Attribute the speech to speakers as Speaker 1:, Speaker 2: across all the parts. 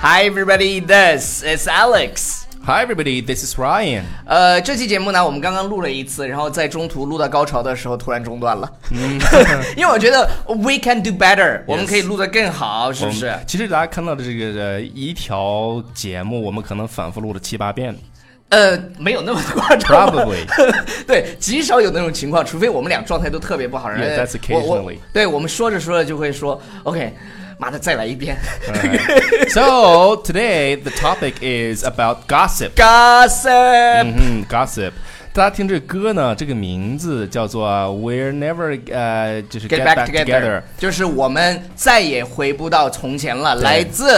Speaker 1: Hi everybody, this is Alex.
Speaker 2: Hi, everybody. This is Ryan.
Speaker 1: 呃，这期节目呢，我们刚刚录了一次，然后在中途录到高潮的时候突然中断了，
Speaker 2: 嗯
Speaker 1: 因为我觉得 we can do better，我们可以录得更好，是不啊是？
Speaker 2: 嗯其实大家看到的这个呃一条节目，我们可能反复录了七 八遍
Speaker 1: 呃，没有那么夸张吧。
Speaker 2: ，probably
Speaker 1: 对，极少有那种情况，除非我们俩状态都特别不好。然后
Speaker 2: Yeah, that's
Speaker 1: 我我
Speaker 2: occasionally.
Speaker 1: 对我们说着说着就会说，OK，妈的，再来一遍。
Speaker 2: right. So today the topic is about gossip.
Speaker 1: Gossip，
Speaker 2: 嗯哼，gossip。大家听这歌呢，这个名字叫做啊 We're Never 呃，就是
Speaker 1: Get
Speaker 2: Get
Speaker 1: back
Speaker 2: Back
Speaker 1: together，
Speaker 2: Together。
Speaker 1: 就是我们再也回不到从前了。来自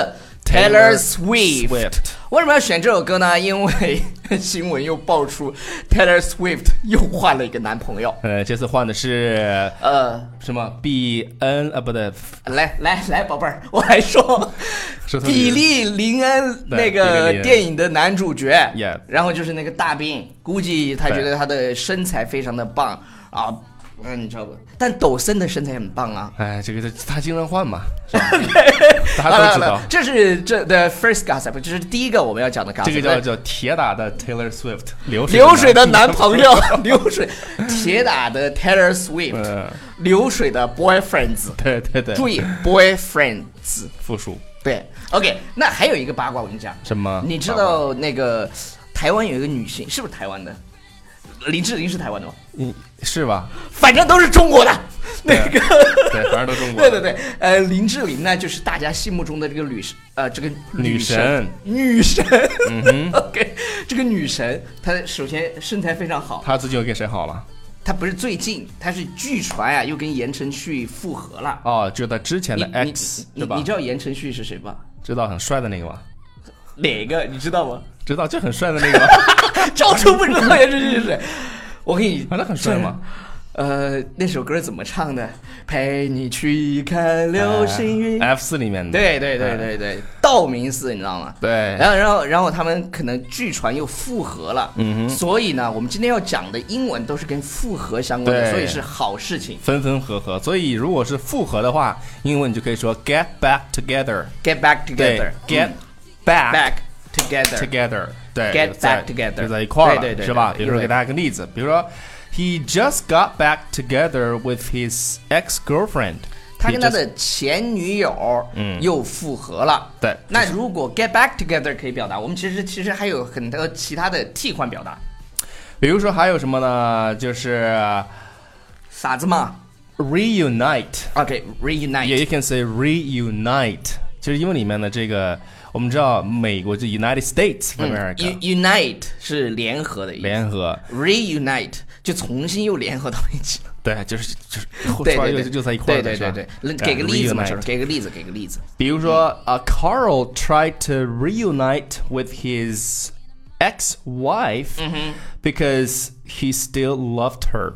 Speaker 1: Taylor
Speaker 2: Taylor
Speaker 1: Swift
Speaker 2: Swift。
Speaker 1: 为什么要选这首歌呢？因为新闻又爆出 Taylor Swift 又换了一个男朋友。
Speaker 2: 呃，这次换的是
Speaker 1: 呃，
Speaker 2: 什么？B N 啊，不对，
Speaker 1: 来来来，宝贝儿，我还说
Speaker 2: 说错
Speaker 1: 比
Speaker 2: 名字
Speaker 1: 利林恩
Speaker 2: 对
Speaker 1: 那
Speaker 2: 比利
Speaker 1: 个
Speaker 2: 林恩
Speaker 1: 电影的男主角
Speaker 2: Yeah
Speaker 1: 然后就是那个大兵，估计他觉
Speaker 2: 对
Speaker 1: 得他的身材非常的棒啊，嗯，你知道吧？但抖森的身材很棒啊。
Speaker 2: 哎，这个他他经常换嘛，是吧？大家都
Speaker 1: 好
Speaker 2: 知
Speaker 1: 了好
Speaker 2: 道
Speaker 1: 了，这是这的 first gossip，这是第一个我们要讲的 gossip。
Speaker 2: 这个叫叫铁打的 Taylor Swift 流水
Speaker 1: 啊流水的男朋友，流水铁打的 Taylor Swift，
Speaker 2: 嗯，
Speaker 1: 流水的 boyfriends，
Speaker 2: 对对对，
Speaker 1: 注意 boyfriends，
Speaker 2: 复数
Speaker 1: 对，OK。那还有一个八卦，我跟你讲，
Speaker 2: 什么？
Speaker 1: 你知
Speaker 2: 爸爸？
Speaker 1: 道那个台湾有一个女星，是不是台湾的？林志玲是台湾的吗？
Speaker 2: 嗯，是吧？
Speaker 1: 反正都是中国的。那个，
Speaker 2: 对，反正都中国。
Speaker 1: 对对对，呃，林志玲呢，就是大家心目中的这个女神，呃，这个
Speaker 2: 女
Speaker 1: 神
Speaker 2: 神，嗯
Speaker 1: 女神。OK，这 个女神，她首先身材非常好，
Speaker 2: 他最近又跟谁好了？
Speaker 1: 她不是最近，她是据传啊，又跟言承旭复合了。
Speaker 2: 哦，就是他之前
Speaker 1: 你
Speaker 2: 的
Speaker 1: 你
Speaker 2: X，
Speaker 1: 你
Speaker 2: 对吧
Speaker 1: 你？知道言承旭是谁吧？
Speaker 2: 知道很帅的那个吗？
Speaker 1: 哪个你知道吗？
Speaker 2: 知道就很帅的那个吗？
Speaker 1: 赵叔不知道言承旭是谁。 我给你，
Speaker 2: 反啊正很帅嘛。
Speaker 1: 呃，那首歌怎么唱的？陪你去看
Speaker 2: 啊
Speaker 1: 流星雨。
Speaker 2: F 四里面的。哎
Speaker 1: 对对对哎对对，道明寺你知道吗？
Speaker 2: 对
Speaker 1: 然后然后然后他们可能据传又复合了，嗯所以呢，我们今天要讲的英文都是跟复合相关的，
Speaker 2: 对
Speaker 1: 所以是好事情。
Speaker 2: 分分合合，所以如果是复合的话，英文你就可以说 get back together，
Speaker 1: Get back
Speaker 2: 对
Speaker 1: together,
Speaker 2: ，get
Speaker 1: mm,
Speaker 2: back
Speaker 1: back together.
Speaker 2: together，对
Speaker 1: Get
Speaker 2: 就在
Speaker 1: back together
Speaker 2: 就在一块儿了，
Speaker 1: 对对对
Speaker 2: 是吧？
Speaker 1: 对
Speaker 2: 比如说
Speaker 1: 因为
Speaker 2: 给大家个例子，比如说 He just got back together with his ex girlfriend，
Speaker 1: 他跟他的前女友又复合了。
Speaker 2: 嗯对
Speaker 1: 那如果 get back together 可以表达，我们其实其实还有很多其他的替换表达，
Speaker 2: 比如说还有什么呢？就是
Speaker 1: 傻子嘛
Speaker 2: reunite，
Speaker 1: ，OK
Speaker 2: 也
Speaker 1: reunite，
Speaker 2: you can say reunite，就是英文里面的这个，我们知道美国就 United States of
Speaker 1: 嗯
Speaker 2: America、
Speaker 1: u- unite 是联合的意思
Speaker 2: 联合，
Speaker 1: ，reunite 就重新又联合到一起了。
Speaker 2: 对，就是就是
Speaker 1: 对
Speaker 2: 突然
Speaker 1: 对
Speaker 2: 又
Speaker 1: 对，
Speaker 2: 又在一块儿
Speaker 1: 对对对对，
Speaker 2: 哎
Speaker 1: 给个例子嘛，就是给个例子，给个例子。
Speaker 2: 比如说，a Carl tried to reunite with his ex-wife
Speaker 1: Mm-hmm.
Speaker 2: because he still loved her。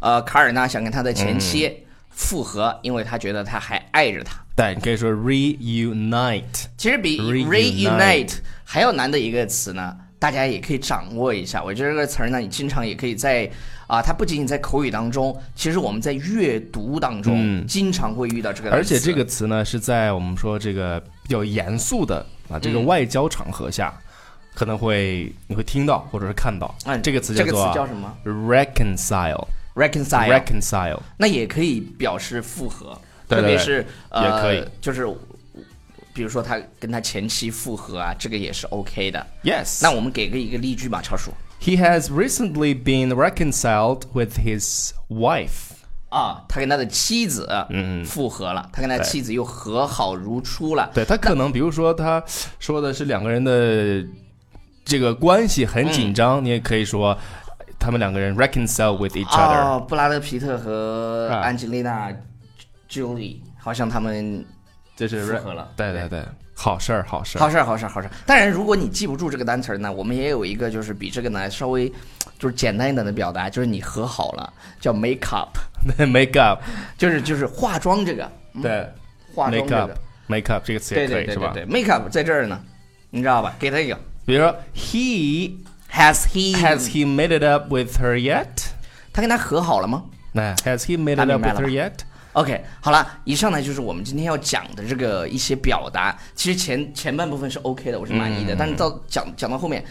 Speaker 1: 呃，卡尔呢想跟他的
Speaker 2: 嗯
Speaker 1: 前妻复合，因为他觉得他还爱着他。
Speaker 2: 对，你可以说 reunite。
Speaker 1: 其实比
Speaker 2: Reunite
Speaker 1: reunite 还要难的一个词呢，大家也可以掌握一下。我觉得这个词儿呢，你经常也可以在啊，它不仅仅在口语当中，其实我们在阅读当中经常会遇到这个词。
Speaker 2: 嗯而且这个词呢，是在我们说这个比较严肃的啊这个外交场合下，可能会你会听到或者是看到。
Speaker 1: 嗯
Speaker 2: 这个词
Speaker 1: 这
Speaker 2: 叫
Speaker 1: 个
Speaker 2: 做啊
Speaker 1: 词叫什么
Speaker 2: ？reconcile。
Speaker 1: reconcile
Speaker 2: reconcile。
Speaker 1: 那也可以表示复合，
Speaker 2: 对对
Speaker 1: 特别
Speaker 2: 对
Speaker 1: 是呃，
Speaker 2: 也可以
Speaker 1: 就是比如说他跟他前妻复合啊，这个也是 OK 的。
Speaker 2: Yes。
Speaker 1: 那我们给个一个例句吧，超叔
Speaker 2: he has recently been reconciled with his wife。
Speaker 1: 啊，他跟他的妻子嗯复合了，他跟他妻子又和好如初 了。
Speaker 2: 对他可能，比如说他说的是两个人的这个关系很紧
Speaker 1: 嗯
Speaker 2: 张，你也可以说他们两个人 reconcile with each other，、
Speaker 1: 哦，布拉德皮特和
Speaker 2: 啊
Speaker 1: 安吉丽娜·朱莉，好像他们
Speaker 2: 这是 re-
Speaker 1: 复合了
Speaker 2: 对对对，好事儿，好事儿。
Speaker 1: 好事儿，好事儿，好事儿。当然，如果你记不住这个单词儿呢，我们也有一个就是比这个呢稍微就是简单一点的表达，就是你和好了，叫 make up，
Speaker 2: make up，
Speaker 1: 就是就是化妆这个嗯
Speaker 2: 对
Speaker 1: 化妆这
Speaker 2: ，make
Speaker 1: 个
Speaker 2: up，make up 这个词也
Speaker 1: 对
Speaker 2: 可
Speaker 1: 对
Speaker 2: 以
Speaker 1: 对
Speaker 2: 是
Speaker 1: 对
Speaker 2: 吧？
Speaker 1: 对，make up 在这儿呢，你知道吧？给他一个
Speaker 2: 比如说，he
Speaker 1: has he
Speaker 2: has he made it up with her yet？
Speaker 1: 他跟他和好了吗？
Speaker 2: 那 has he made
Speaker 1: 他
Speaker 2: it
Speaker 1: 明
Speaker 2: up
Speaker 1: 白
Speaker 2: with
Speaker 1: 了
Speaker 2: her yet？
Speaker 1: OK，好了，以上呢就是我们今天要讲的这个一些表达。其实前前半部分是 OK 的，我是满意的，但是到讲讲到后面，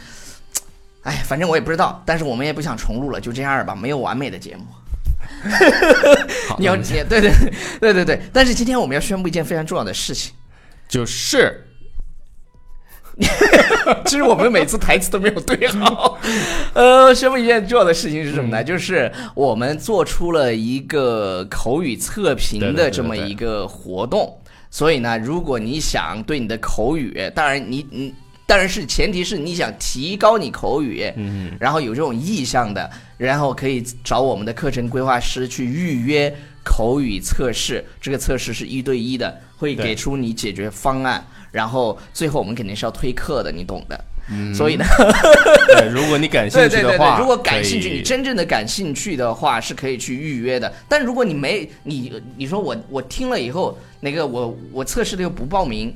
Speaker 1: 哎，反正我也不知道，但是我们也不想重录了，就这样吧，没有完美的节目。
Speaker 2: 好
Speaker 1: 你要你对对对对对，但是今天我们要宣布一件非常重要的事情，
Speaker 2: 就是
Speaker 1: 其实我们 每次台词都没有对好。呃，宣布一件重要的事情是什么
Speaker 2: 嗯
Speaker 1: 呢？就是我们做出了一个口语测评
Speaker 2: 对对对
Speaker 1: 的
Speaker 2: 对
Speaker 1: 这么
Speaker 2: 对
Speaker 1: 一个活动。所以呢，如果你想对你的口语，当然你你。当然是，前提是你想提高你口语，嗯，然后有这种意向的，然后可以找我们的课程规划师去预约口语测试。这个测试是一对一的，会
Speaker 2: 对
Speaker 1: 给出你解决方案，然后最后我们肯定是要推课的，你懂的。嗯、所以呢，
Speaker 2: 对，如果你感兴
Speaker 1: 对
Speaker 2: 趣
Speaker 1: 对
Speaker 2: 的
Speaker 1: 对
Speaker 2: 话，
Speaker 1: 对，如果感兴趣，
Speaker 2: 可以
Speaker 1: 你真正的感兴趣的话，是可以去预约的。但如果你没你你说我我听了以后，那个我我测试了又不报名，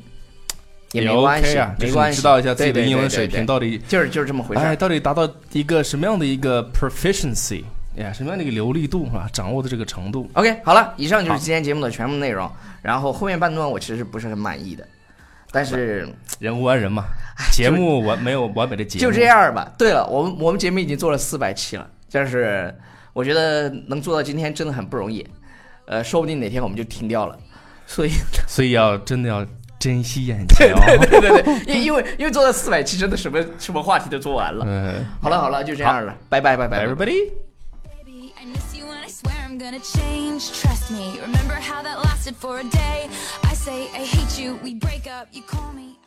Speaker 1: 也没
Speaker 2: OK
Speaker 1: 关系，
Speaker 2: 啊，
Speaker 1: 没关
Speaker 2: 就是你
Speaker 1: 系，
Speaker 2: 知道一下自己的
Speaker 1: 对对
Speaker 2: 英文
Speaker 1: 对
Speaker 2: 水
Speaker 1: 对
Speaker 2: 平到底，
Speaker 1: 就是就是这么回事
Speaker 2: 哎，
Speaker 1: 儿。
Speaker 2: 到底达到一个什么样的一个 proficiency，哎呀，什么样的一个流利度啊，掌握的这个程度。
Speaker 1: OK，好了，以上就是今天节目的全部内容。然后后面半段我其实不是很满意的，但是
Speaker 2: 人无完人嘛，节目完没有完美的节
Speaker 1: 哎
Speaker 2: 目，
Speaker 1: 就这。样吧。对了，我们我们节目已经做了四百期了，就是我觉得能做到今天真的很不容易，呃，说不定哪天我们就停掉了，所以。
Speaker 2: 所以要真的要珍惜眼前哦。
Speaker 1: 对对对，因因为因为做到四百期，真的什么什么话题都做完了。
Speaker 2: 嗯
Speaker 1: 好了好了，就这样了，拜拜拜拜。
Speaker 2: ，everybody。
Speaker 3: Baby, I miss you and I swear I'm gonna change. Trust me, remember how that lasted for a day? I say I hate you, we break up, you call me.